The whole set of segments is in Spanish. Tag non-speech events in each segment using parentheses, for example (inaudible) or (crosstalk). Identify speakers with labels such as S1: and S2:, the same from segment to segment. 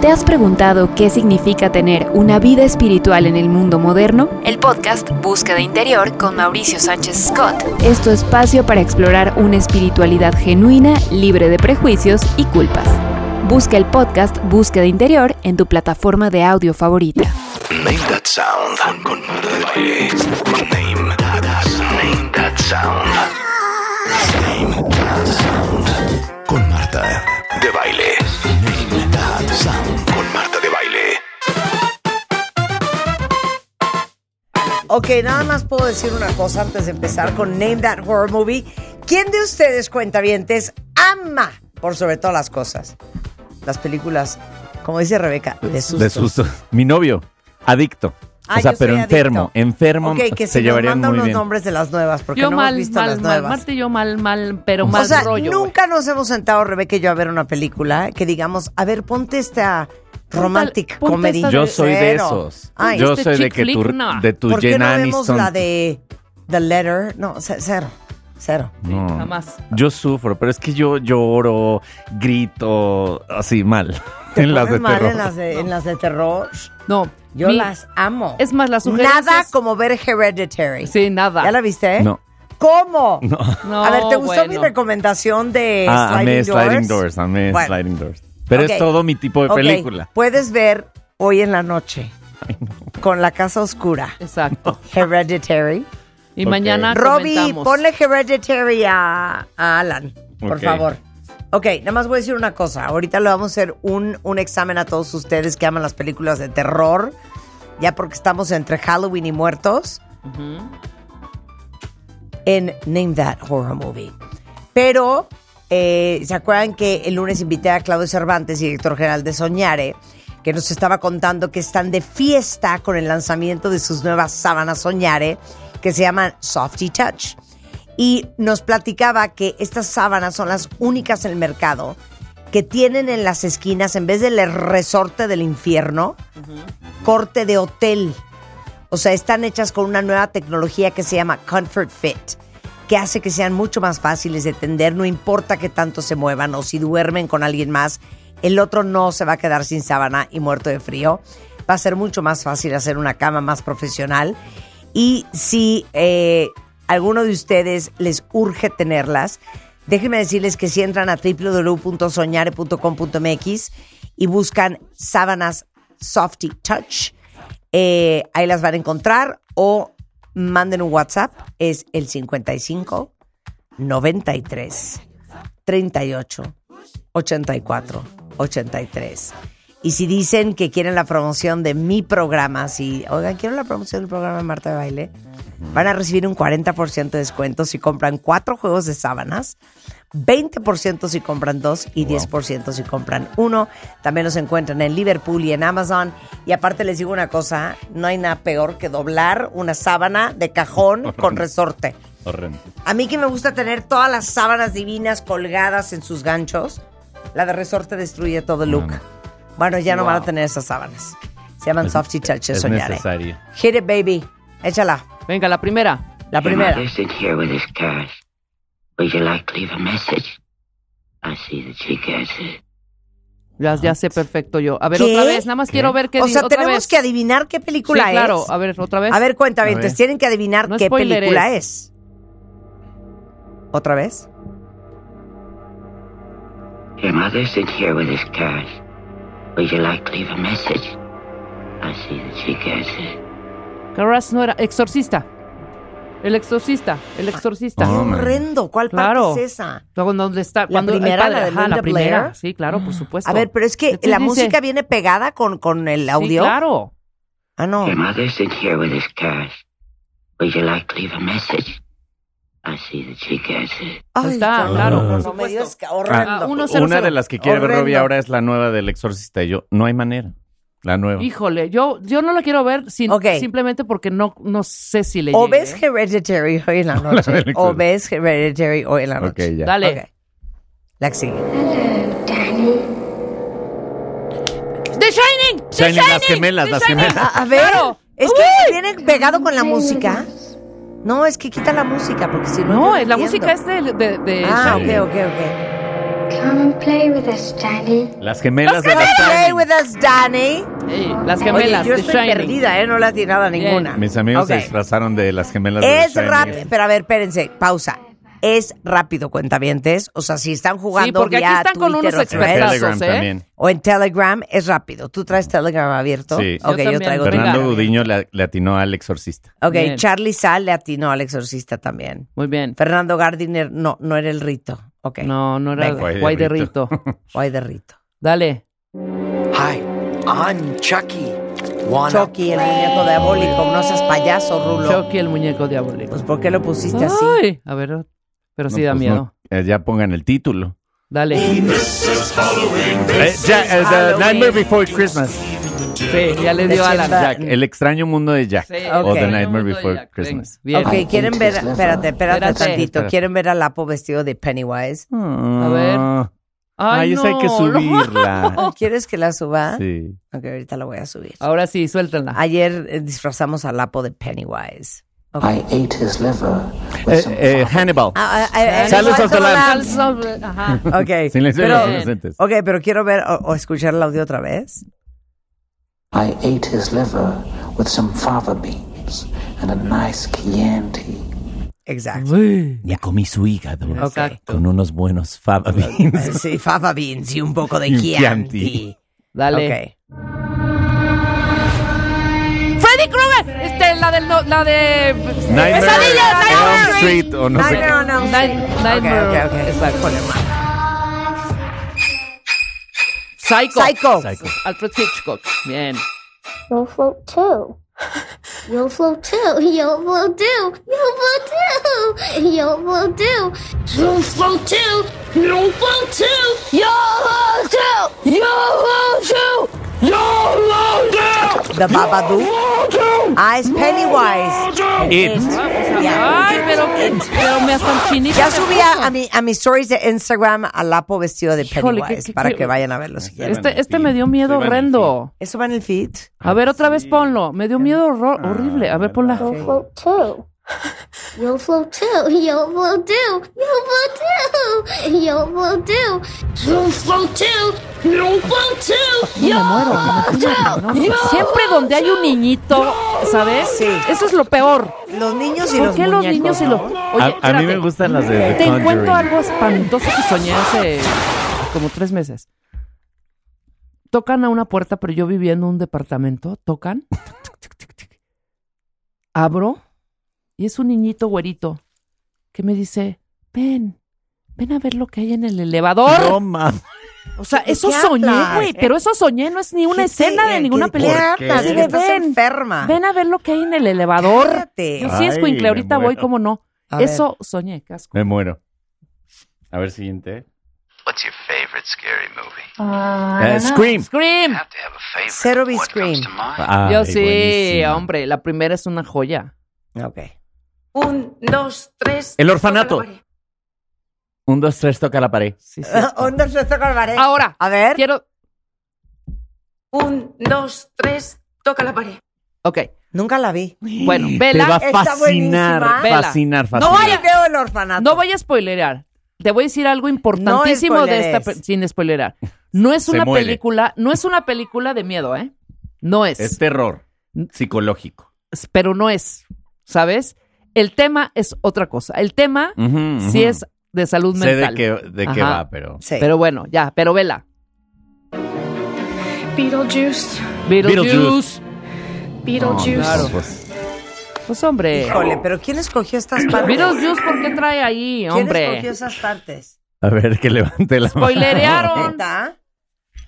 S1: ¿Te has preguntado qué significa tener una vida espiritual en el mundo moderno? El podcast Búsqueda Interior con Mauricio Sánchez Scott es tu espacio para explorar una espiritualidad genuina, libre de prejuicios y culpas. Busca el podcast Búsqueda Interior en tu plataforma de audio favorita.
S2: Name that sound. Con Marta de Baile. Name that sound. Name that sound. Name that sound. Con Marta de Baile. Name that sound. Con Marta de Baile.
S3: Ok, nada más puedo decir una cosa antes de empezar con Name That Horror Movie. ¿Quién de ustedes, cuentavientes, ama, por sobre todas las cosas, las películas, como dice Rebeca, de susto?
S4: De susto. Mi novio, adicto.
S3: Ah,
S4: o sea,
S3: yo soy
S4: pero enfermo,
S3: adicto.
S4: enfermo
S3: Ok, que
S4: se
S3: si nos
S4: llevarían
S3: mandan
S4: muy
S3: los
S4: bien.
S3: nombres de las nuevas, porque
S5: yo
S3: no
S5: mal,
S3: hemos visto
S5: mal,
S3: las
S5: mal.
S3: nuevas.
S5: Marte y yo mal, mal, pero mal
S3: o sea,
S5: rollo. güey.
S3: nunca nos hemos sentado, Rebeca y yo, a ver una película que digamos, a ver, ponte esta romantic
S5: ponte
S3: comedy.
S5: esta
S4: Yo soy de
S3: Cero.
S4: esos.
S3: Ay,
S4: Yo
S5: este
S4: soy de
S5: chick
S4: que tu,
S5: flick, no.
S4: de tu
S3: ¿por qué
S4: Jen
S3: no vemos
S4: Aniston.
S3: la de The Letter? No, ce- cero, cero.
S4: No.
S5: Jamás.
S4: Yo sufro, pero es que yo lloro, grito, así mal.
S3: Te
S4: en las
S3: pones
S4: de
S3: mal
S4: terror.
S3: En las de, en las de terror.
S5: No.
S3: Yo
S5: mi-
S3: las amo.
S5: Es más, las sugerencias.
S3: Nada como ver Hereditary.
S5: Sí, nada.
S3: ¿Ya la viste?
S4: No.
S3: ¿Cómo?
S5: No,
S3: a ver, ¿te gustó
S5: bueno.
S3: mi recomendación de
S4: Ah, amé
S3: Sliding Doors?
S4: Sliding Doors, amé
S3: Bueno.
S4: Sliding Doors. Pero
S3: Ok.
S4: es todo mi tipo de
S3: Ok,
S4: película.
S3: Puedes ver hoy en la noche con La Casa
S5: (laughs)
S3: Oscura,
S4: (laughs)
S5: Exacto.
S3: Hereditary.
S5: Y
S4: Ok.
S5: mañana
S3: Robbie,
S5: Ah, comentamos.
S3: ponle Hereditary a, a Alan, por
S4: Ok.
S3: favor. Ok, nada más voy a decir una cosa. Ahorita le vamos a hacer un, un examen a todos ustedes que aman las películas de terror, ya porque estamos entre Halloween y muertos,
S5: Ujú.
S3: en Name That Horror Movie. Pero, eh, ¿se acuerdan que el lunes invité a Claudio Cervantes, director general de Soñare, que nos estaba contando que están de fiesta con el lanzamiento de sus nuevas sábanas Soñare, que se llaman Softy Touch? Y nos platicaba que estas sábanas son las únicas en el mercado que tienen en las esquinas, en vez del resorte del infierno, corte de hotel. O sea, están hechas con una nueva tecnología que se llama Comfort Fit, que hace que sean mucho más fáciles de tender, no importa que tanto se muevan o si duermen con alguien más, el otro no se va a quedar sin sábana y muerto de frío. Va a ser mucho más fácil hacer una cama más profesional. Y si eh, alguno de ustedes les urge tenerlas, déjenme decirles que si entran a www.soñare.com.mx y buscan sábanas Softy Touch, eh, ahí las van a encontrar o manden un WhatsApp. Es el 55 93 38 84 83. Y si dicen que quieren la promoción de mi programa, si, oigan, quiero la promoción del programa de Marta de Baile, van a recibir un 40% de descuento si compran cuatro juegos de sábanas, 20% si compran dos y 10% si compran uno. También los encuentran en Liverpool y en Amazon. Y aparte les digo una cosa, no hay nada peor que doblar una sábana de cajón con resorte.
S4: Horrendo.
S3: A mí que me gusta tener todas las sábanas divinas colgadas en sus ganchos, la de resorte destruye todo el look.
S4: Bueno.
S3: Bueno, ya no van a tener esas sábanas. Se llaman
S4: Es-
S3: Softy Touch,
S4: es
S3: soñaré.
S4: necesario.
S3: Hit it, baby. Échala.
S5: Venga, la primera.
S3: La
S6: Your
S3: primera.
S6: mother's in here with this cash. Would you like to leave a message? I see that she gets it.
S5: Ya, ya sé perfecto yo. A ver,
S3: ¿Qué?
S5: otra vez. Nada más quiero ver qué
S3: O
S5: di-
S3: sea,
S5: otra
S3: tenemos
S5: vez.
S3: que adivinar qué
S5: Sí,
S3: película
S5: claro.
S3: es.
S5: A ver, otra vez.
S3: A ver, cuéntame,
S4: A ver.
S3: tienen que adivinar
S5: No
S3: qué
S5: spoileres.
S3: película es. ¿Otra vez?
S6: Your mother's in here with this cash. Would you like to leave a message? I see that she gets it.
S5: Carras no era. Exorcista. El exorcista. El exorcista.
S4: No, Ah. man.
S3: Horrendo, ¿cuál
S5: Claro.
S3: parte es esa?
S5: Luego, ¿dónde está?
S3: ¿La
S5: cuando el
S3: primera,
S5: padre-
S3: la de
S5: ajá,
S3: Linda
S5: la primera.
S3: Blair?
S5: Sí, claro, por supuesto.
S3: Mm. A ver, pero es que
S5: Entonces
S3: la
S5: dice-
S3: música viene pegada con, con el audio.
S5: Sí, claro.
S3: Ah,
S4: Oh.
S3: no.
S6: Your mother's in here with this cash. Would you like to leave a message? I see that she gets it.
S3: Ay,
S5: está,
S3: no,
S4: claro,
S3: no,
S4: por
S3: no,
S5: supuesto.
S3: me digas que horrendo.
S5: Ah, uno Cero,
S4: Una
S5: cero.
S4: de las que quiere ver Robbie
S3: Horrendo.
S4: ahora es la nueva del Exorcista. Y yo, no hay manera. La nueva.
S5: Híjole, yo, yo no la quiero ver sin-
S3: Ok.
S5: simplemente porque no, no sé si le
S3: O
S5: llegue,
S3: ves
S5: ¿eh?
S3: Hereditary hoy en
S4: (laughs)
S3: la noche.
S4: del
S3: o
S4: exorcista.
S3: ves Hereditary hoy en la
S4: Ok,
S3: noche.
S4: ya.
S5: Dale.
S3: Ok. La que sigue.
S5: The Shining,
S4: Shining,
S5: The Shining,
S4: las gemelas,
S5: The
S4: las
S5: Shining.
S4: gemelas.
S3: A, a ver,
S5: Claro.
S3: es que viene pegado con la música. No, es que quita la música porque si no.
S5: No,
S3: yo
S5: es la
S3: entiendo.
S5: música es de, de, de
S3: Ah,
S5: Shining.
S3: ok, ok, ok.
S7: Come and play with us, Danny.
S4: Las gemelas de
S3: Come
S4: las
S3: play
S4: Tiny.
S3: with us, Danny.
S5: Ey, las
S3: Oye,
S5: gemelas.
S3: yo
S5: The
S3: estoy
S5: Shining.
S3: perdida, ¿eh? No la he atinado a ninguna.
S4: Mis amigos
S3: Ok.
S4: se disfrazaron de las gemelas de las
S3: Es
S4: Tiny.
S3: rápido. Pero a ver, espérense, pausa. Es rápido, cuentavientes. O sea, si están jugando
S5: Sí, porque aquí
S3: vía
S5: están con
S3: Twitter
S5: unos
S3: o
S4: En
S3: Threads
S5: expertazos,
S4: Telegram
S5: ¿eh?
S4: también.
S3: o en Telegram, es rápido. ¿Tú traes Telegram abierto?
S4: Sí.
S5: Yo
S3: Ok, yo,
S5: también.
S3: traigo
S4: Fernando
S5: Venga.
S3: Telegram.
S4: Gudiño le, le atinó al exorcista.
S3: Ok,
S5: Bien.
S3: Charlie Sal le atinó al exorcista también.
S5: Muy bien.
S3: Fernando Gardiner, no, no era el rito. Ok,
S5: No, no era
S3: Venga.
S4: Guay de
S5: guay de
S4: rito.
S5: rito.
S3: hoy de rito.
S5: Dale.
S3: (laughs)
S8: Hi, I'm Chucky. Wanna
S3: Chucky, el muñeco diabólico, no seas payaso, Rulo.
S5: Chucky, el muñeco diabólico.
S3: Pues, ¿por qué lo pusiste así?
S5: Ay, a ver, pero sí
S4: No,
S5: da
S4: pues,
S5: miedo.
S4: no. Eh, ya pongan el título.
S3: (laughs)
S5: Dale.
S4: Eh, ya, eh, The
S5: Halloween.
S4: Nightmare Before Christmas.
S5: Sí, ya le dio
S3: The
S5: a la...
S3: Chimba-
S4: Jack, el extraño mundo de Jack. O
S3: Ok.
S4: The Nightmare Before Christmas.
S5: Bien.
S3: Ok, quieren ver, espérate, espérate,
S5: Espérate.
S3: tantito.
S4: Espérate.
S3: ¿Quieren ver a Lapo vestido de Pennywise?
S4: A
S5: ver.
S4: Ah, Ay, esa hay que
S5: no, (laughs) no. Oh.
S4: subirla.
S3: ¿Quieres que la suba?
S4: Sí.
S3: Ok, ahorita la voy a subir.
S4: Ah,
S5: Ahora sí, suéltala.
S3: Ayer eh, disfrazamos a Lapo de Pennywise. Ok.
S8: I ate his liver.
S4: Eh, eh, Hannibal.
S3: Ah, ah, ah, ah,
S4: Silence of the Lambs.
S5: Ajá.
S4: (laughs)
S3: Ok,
S4: Silencio de
S3: pero- Oh,
S4: los inocentes.
S3: ok, pero quiero ver o, o escuchar el audio otra vez.
S8: I ate his liver with some fava beans and a nice Chianti.
S3: Exacto.
S5: Uy.
S4: Me comí su hígado
S5: Exacto.
S4: con unos buenos fava beans.
S3: Eh, Sí, fava beans y un poco de
S4: Y un
S3: Chianti.
S5: Dale.
S3: Ok.
S5: Freddy Krueger. Este, la del... no- la de...
S4: Nightmare
S5: Pesadilla,
S4: on
S5: Nightmare.
S4: Elm Street o no sé
S3: Nightmare
S4: qué.
S3: on Elm
S5: Night-
S3: Street.
S5: Nightmare.
S3: Ok, ok, ok.
S5: Exacto.
S3: Ponemos.
S5: Psycho.
S3: Psycho.
S5: Alfred Hitchcock. Bien.
S7: You'll float too. (laughs) You'll float too. You'll float too. You'll float too. You'll float too. You'll float too. You'll float too. You'll float too. You'll float too.
S3: The Babadook. Ah, es Pennywise.
S5: Este,
S4: It.
S3: Ya.
S5: Ay, pero, pero me hacen chinita.
S3: Ya subí a, a mi, a mis stories de Instagram a Lapo vestido de
S5: Híjole,
S3: Pennywise
S5: qué- qué-
S3: para
S5: qué-
S3: que vayan a verlo si quieren.
S5: Este, este me dio miedo
S4: Sí, van en
S5: horrendo.
S3: ¿Eso va en el feed?
S5: A ver, otra vez ponlo. Me dio miedo horror-
S4: Ah,
S5: horrible. A ver, ponla.
S7: You'll float too. You'll float too. You'll float too. You'll float too. You'll float too. You'll float too. You'll float too.
S5: Me muero.
S7: You'll float too.
S5: pues, Siempre donde hay un niñito, ¿sabes?
S3: Sí.
S5: Eso es lo peor.
S3: Los niños y
S5: ¿Por
S3: los
S5: qué los
S3: muñecos,
S5: niños y
S3: ¿no?
S5: los... Oye,
S4: A- a, mí
S5: espérate.
S4: me gustan las de The
S5: Te encuentro
S4: Conjuring.
S5: algo espantoso que soñé hace como tres meses. Tocan a una puerta, pero yo viviendo en un departamento, tocan. (laughs) Tic, tic, tic, tic. Abro y es un niñito güerito que me dice, ven, ven a ver lo que hay en el elevador.
S4: No mames.
S5: o sea, eso
S3: qué
S5: soñé,
S3: hablas?
S5: güey, pero eso soñé, no es ni una
S3: ¿Qué
S5: escena
S3: te-
S5: de ninguna
S3: qué- qué
S5: película.
S3: hartas?
S5: Así de,
S3: Estás
S5: ven,
S3: enferma.
S5: ven a ver lo que hay en el elevador.
S3: Cállate.
S5: Yo sí es
S4: Ay,
S5: cuincle,
S4: me
S5: ahorita voy,
S4: muero.
S5: cómo no.
S3: A ver.
S5: Eso soñé, casco.
S4: Me muero. A ver, siguiente.
S9: What's your favorite scary movie?
S5: Ah,
S4: Eh, Scream.
S5: Scream.
S9: have to have a favorite.
S3: Zero Oh. be
S9: What comes
S3: scream.
S9: to mind?
S4: Ay,
S5: Yo sí,
S4: buenísima.
S5: hombre, la primera es una joya.
S3: Ok. (laughs)
S10: Un, dos, tres.
S4: El orfanato. Un, dos, tres, toca la pared.
S5: Sí, sí.
S3: ¿Dónde se toca el
S10: Eh,
S3: pared?
S5: Ahora,
S3: A ver.
S5: quiero.
S10: Un, dos, tres. Toca la pared.
S5: Ok,
S3: Nunca la vi.
S5: bueno,
S4: Te va
S5: vela.
S3: Está
S4: a fascinar,
S3: buenísima.
S5: Vela.
S4: fascinar,
S5: No
S4: fascinar.
S5: vaya-
S3: Yo veo el orfanato.
S5: No voy a spoilerear. Te voy a decir algo importantísimo de esta.
S3: spoileres.
S5: pe- Sin spoilerear. No es
S4: Se
S5: una
S4: muere.
S5: película, no es una película de miedo, ¿eh? No es.
S4: Es terror psicológico.
S5: Pero no es, ¿sabes? El tema es otra cosa. El tema
S4: Ujú, ujú.
S5: sí es de salud
S4: Mm. Sé de
S5: mental.
S4: qué, de qué
S5: Ajá.
S4: va, pero.
S3: Sí.
S5: Pero bueno, ya, pero vela.
S10: Beetlejuice.
S5: Beetlejuice.
S4: Beetlejuice.
S10: Beetlejuice.
S5: claro.
S4: Pues,
S5: Pues hombre.
S3: Híjole, pero ¿quién escogió estas partes?
S5: Beetlejuice, ¿por qué trae ahí,
S3: ¿Quién
S5: hombre?
S3: escogió esas partes?
S4: a ver, que levante la mano.
S5: Spoilerearon.
S3: ¿Neta?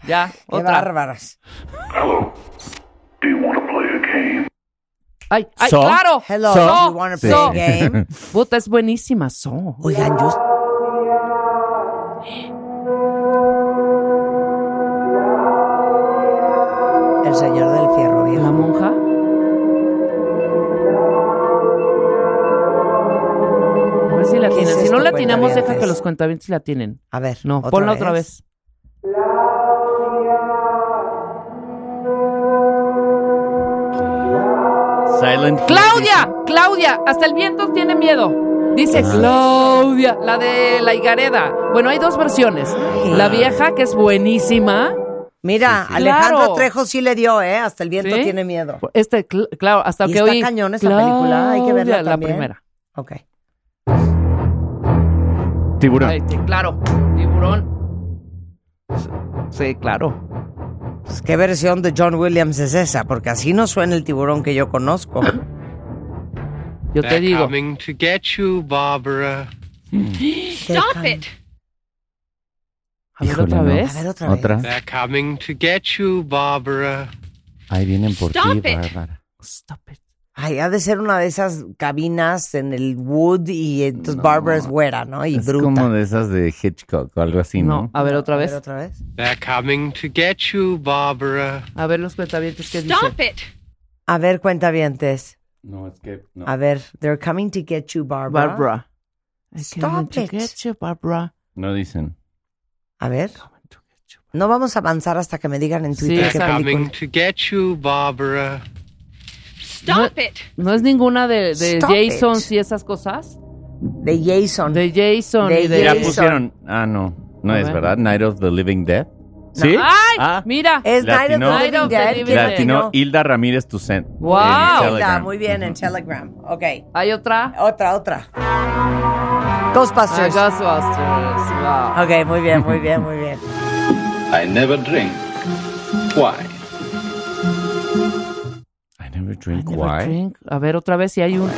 S5: ya,
S3: Qué
S5: otra.
S3: bárbaras.
S5: Ay, ay,
S4: So.
S5: claro.
S3: Hello,
S5: So.
S3: you wanna play
S5: So.
S3: a
S5: (laughs)
S3: game?
S5: Puta, es buenísima. So.
S3: Oigan, yo... El señor del fierro
S5: La
S3: viejo.
S5: monja. A ver si la
S3: ¿Qué
S5: tienen.
S3: es
S5: si
S3: esto,
S5: no la tenemos, deja
S3: cuentavientes?
S5: que los cuentavientes la tienen.
S3: A ver,
S5: No,
S3: ¿otra
S5: ponla otra vez.
S4: Silent Hill.
S5: ¡Claudia! ¡Claudia! Hasta el viento tiene miedo. Dice
S11: Ah.
S5: Claudia, la de la Higareda. Bueno, hay dos versiones. La vieja, que es buenísima.
S3: Mira, Alejandro Trejo sí le dio, ¿eh? Hasta el viento
S5: ¿Sí?
S3: tiene miedo.
S5: Este, cl- claro, hasta
S3: Y
S5: que
S3: está
S5: hoy.
S3: cañón esa película, hay que verla
S5: La
S3: también.
S5: primera.
S3: Ok.
S4: Tiburón.
S5: Ay, sí, claro, tiburón. Sí, claro.
S3: Pues, ¿Qué versión de John Williams es esa? Porque así no suena el tiburón que yo conozco.
S5: Yo
S12: They're coming to get you, Barbara.
S13: Stop it!
S5: A ver otra
S12: no.
S5: vez.
S12: A ver,
S4: otra vez. Otra.
S12: They're coming to get you, Barbara.
S4: Ahí vienen por ti,
S12: Stop it.
S4: Bárbara.
S3: Ay, ha de ser una de esas cabinas en el Wood y entonces Barbara es güera, ¿no? Y
S4: Es
S3: bruta.
S4: como de esas de Hitchcock o algo así, ¿no?
S5: A ver otra vez.
S3: otra vez.
S12: They're coming to get you, Barbara.
S5: A ver los cuentavientes que
S12: Stop
S5: dicen.
S3: A ver, cuentavientes.
S4: No, es que. No.
S3: A ver, they're coming to get you, Barbara.
S5: Barbara.
S3: Stop it.
S5: Barbara.
S4: No dicen.
S3: A ver. No vamos a avanzar hasta que me digan en Twitter
S12: They're
S3: qué película.
S12: coming to get you, Barbara.
S5: Stop it. ¿No es ninguna de, de
S3: Stop
S5: Jason
S3: it.
S5: y esas cosas?
S3: De Jason.
S5: De Jason. y de
S4: Ya pusieron. Ah, no. No es,
S5: ver.
S4: ¿verdad? Night of the Living Dead. ¿Sí?
S5: ¡Ay!
S4: Ah,
S5: Mira.
S3: Es Night of
S4: Latino.
S3: the Living Dead. ¿quién
S4: La
S3: atinó?
S4: atinó Hilda Ramírez Tucent. en
S3: Wow. Hilda,
S4: Telegram.
S3: muy bien, en Telegram. Ok.
S5: ¿Hay otra?
S3: Otra, otra. Ghostbusters.
S5: Ah, Ghostbusters. Wow.
S3: Ok, muy bien, muy bien, muy bien.
S14: I never drink. Why?
S4: I never drink
S5: Never
S4: wine.
S5: drink. A ver otra vez si hay un.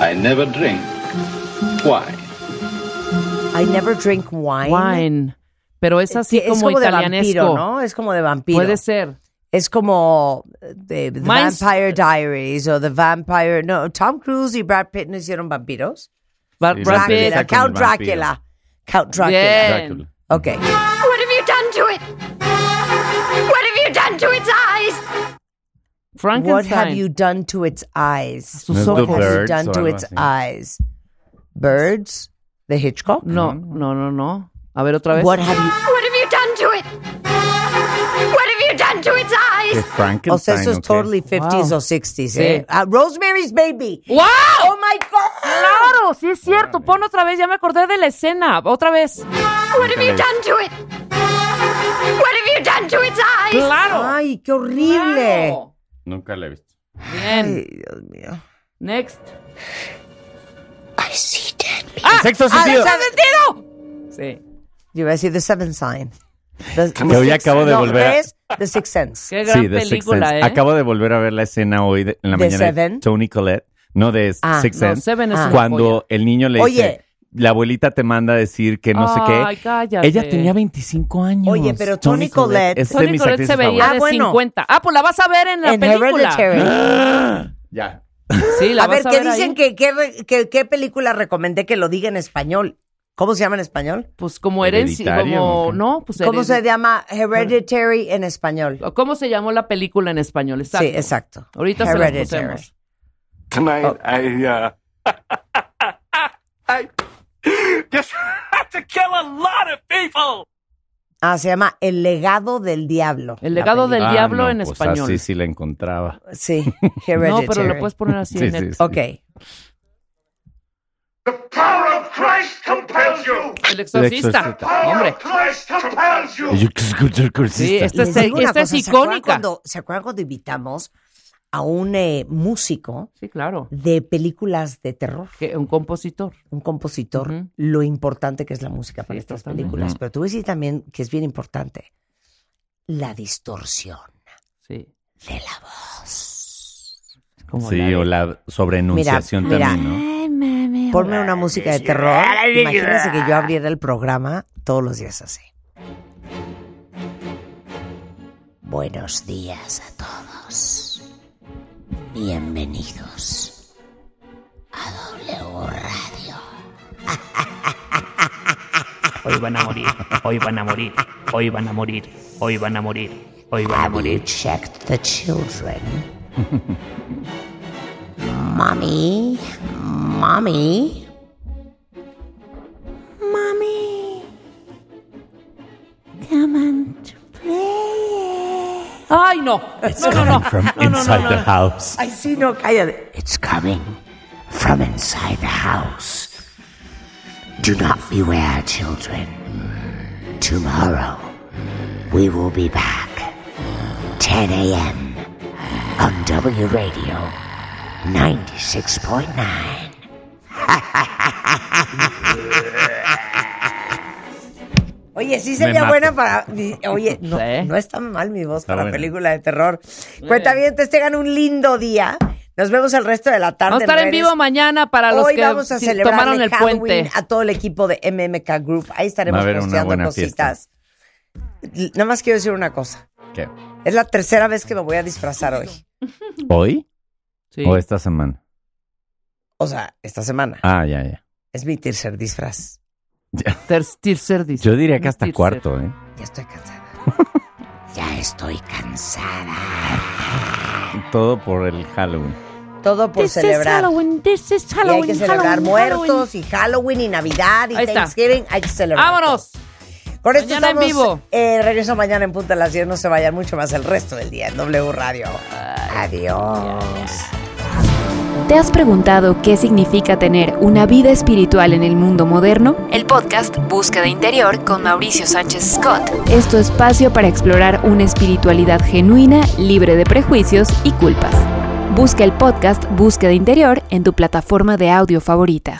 S14: I never drink. Why?
S3: I never drink wine.
S5: Wine. Pero es así
S3: Es
S5: como,
S3: como de
S5: italianesco.
S3: vampiro, ¿no? Es como de vampiro.
S5: Puede ser.
S3: Es como eh, The, The
S5: Mine's-
S3: Vampire Diaries o The Vampire. No, Tom Cruise y Brad Pitt no hicieron vampiros.
S5: Brad
S3: Drácula,
S5: Brad Pitt.
S3: Count Drácula. Count Drácula.
S5: Bien. Drácula.
S3: Ok.
S13: What have you done to it? What have you done to its eyes?
S5: Frankenstein.
S3: What have you done to its eyes?
S5: sus No es
S3: What
S5: The
S3: have you
S5: Birds
S3: done
S5: o
S3: to
S5: algo
S3: its
S5: así.
S3: eyes? Birds? ¿De Hitchcock?
S5: No, no, no, no. A ver otra vez.
S3: What have you-
S13: What have you done to it? What have you done to its eyes?
S4: Frankenstein.
S3: O sea, eso es
S4: ok.
S3: totally 50s o 60s.
S4: Sí.
S3: ¿eh? Ah, Rosemary's Baby.
S5: ¡Wow!
S3: ¡Oh, my God!
S5: Claro, sí es cierto. Pon otra vez, ya me acordé de la escena. Otra vez.
S13: What have you done to it? What have you done to its eyes?
S3: ¡Ay, qué horrible!
S4: Nunca la he visto.
S5: Bien.
S3: Dios mío.
S5: Next.
S13: I see dead people.
S4: Sexto
S3: ah,
S4: sentido.
S3: sexto
S5: sentido! Sí.
S3: Yo iba a decir The Seventh Sign. The-
S4: Que hoy
S3: Sixth-
S4: acabo de
S3: no,
S4: volver a-
S3: ¿ves? The Sixth Sense.
S5: Qué ¿eh?
S4: Sí, de Sixth Sense. Acabo de volver a ver la escena hoy de- en la
S3: ¿De
S4: mañana. de
S3: Seven?
S4: Tony Collette. No, de
S3: Ah,
S4: Sixth
S3: no,
S4: Sense.
S5: Seven es una
S4: cuando el niño le
S3: Oye.
S4: dice, la abuelita te manda a decir que no sé qué.
S5: Ay, cállate.
S4: Ella tenía 25 años.
S3: Oye, pero Toni
S4: Toni
S3: Collette-
S4: Es de
S5: Toni
S4: mis
S5: Colette se
S4: actrices
S5: veía
S4: favoritas.
S5: de
S3: Ah, bueno.
S5: 50. Ah, pues la vas a ver en la
S3: En
S5: película.
S4: ¡Ah!
S3: Hereditary.
S4: Ya.
S5: Sí, la
S3: a ver,
S5: vas a
S3: ¿qué
S5: ver ahí.
S3: dicen? que ¿Qué re- que- qué película recomendé que lo diga en español? ¿Cómo se llama en español?
S5: Pues como herencia,
S4: Hereditario,
S5: como
S4: ¿o qué?
S5: no, pues
S3: ¿Cómo se
S5: hered-
S3: llama Hereditary en español?
S5: ¿Cómo se llamó la película en español? Exacto.
S3: Sí, exacto.
S5: Ahorita se las
S3: Hereditary.
S5: pusemos.
S15: Tonight, I, uh. (laughs) I just had to kill a lot of people!
S3: Ah, se llama El legado del diablo.
S5: El legado del
S4: Ah,
S5: diablo
S4: no,
S5: en
S4: pues
S5: español.
S4: Así sí la encontraba.
S3: Sí, (laughs)
S5: no,
S3: Hereditary.
S5: pero lo puedes poner así
S4: Sí,
S5: en
S4: sí,
S5: el.
S4: sí.
S3: Ok.
S15: Power of Christ compels you!
S5: El exorcista.
S4: El exorcista.
S5: Hombre.
S15: Christ compels you!
S4: Yo que escucho el cursista.
S5: Sí, esta
S3: Les
S5: es,
S3: digo una
S5: esta es
S3: cosa, ¿se acuerdan
S5: icónica.
S3: cuando- ¿Se acuerdan cuando invitamos a un eh, músico
S5: Sí, claro.
S3: de películas de terror?
S5: Que un compositor.
S3: un compositor,
S5: Ujú.
S3: lo importante que es la música para
S5: Sí,
S3: estas
S5: totalmente.
S3: películas.
S4: Ujú.
S3: Pero tú voy a decir también que es bien importante la distorsión
S5: Sí.
S3: de la voz.
S5: Como
S4: Sí, o la sobrenunciación
S3: Mira,
S4: también, ¿no?
S3: Ponme una música de terror. Imagínense que yo abriera el programa todos los días así. Buenos días a todos. Bienvenidos a W Radio.
S16: Hoy van a morir, hoy van a morir, hoy van a morir, hoy van a morir, hoy van a
S3: Have you
S16: morir.
S3: checked the children? (laughs) mommy, mommy.
S13: Mommy, come on to
S5: Ay, no. No, no, no.
S4: From inside the house.
S3: Ay, sí, no, cállate.
S8: It's coming
S11: from inside the house. Do not beware, children. Tomorrow, we will be back. 10 a.m. on W Radio 96.9.
S3: Oye, sí
S11: Me
S3: sería
S11: mato.
S3: buena para. Oye, no, no es tan mal mi voz
S11: Está
S3: para
S11: buena.
S3: película de terror. Cuenta bien, tengan un lindo día. Nos vemos el resto de la tarde.
S5: Vamos a estar en
S3: redes.
S5: vivo mañana para los
S3: Hoy
S5: que
S3: vamos a
S5: sí
S3: celebrar
S5: tomaron el
S3: Halloween
S5: puente.
S3: a todo el equipo de MMK Group. Ahí estaremos
S4: Va a haber una
S3: posteando
S4: buena
S3: cositas. L- Nada más quiero decir una cosa.
S4: ¿Qué?
S3: Es la tercera vez que me voy a disfrazar hoy.
S4: ¿Hoy? ¿O esta semana?
S3: O sea, esta semana.
S4: Ah, ya, ya.
S3: Es mi tercer disfraz.
S5: Tercer disfraz.
S4: Yo diría que hasta
S3: Tercer.
S4: cuarto, ¿eh?
S3: Ya estoy
S4: (laughs)
S3: cansada.
S11: Ya estoy cansada.
S4: Todo por el Halloween.
S3: Todo por
S17: This is
S3: celebrar.
S17: Halloween, this is
S3: y hay que
S17: Halloween,
S3: celebrar
S17: Halloween,
S3: muertos y Halloween y Navidad y
S17: Ahí está.
S3: Thanksgiving. Hay que celebrar.
S5: ¡Vámonos!
S3: Con esto
S5: Mañana en
S3: estamos,
S5: vivo.
S3: eh, regreso mañana en Punta a las 10. No se vayan mucho más el resto del día en W Radio. Adiós.
S1: ¿Te has preguntado qué significa tener una vida espiritual en el mundo moderno? El podcast Búsqueda Interior con Mauricio Sánchez Scott es tu espacio para explorar una espiritualidad genuina, libre de prejuicios y culpas. Busca el podcast Búsqueda Interior en tu plataforma de audio favorita.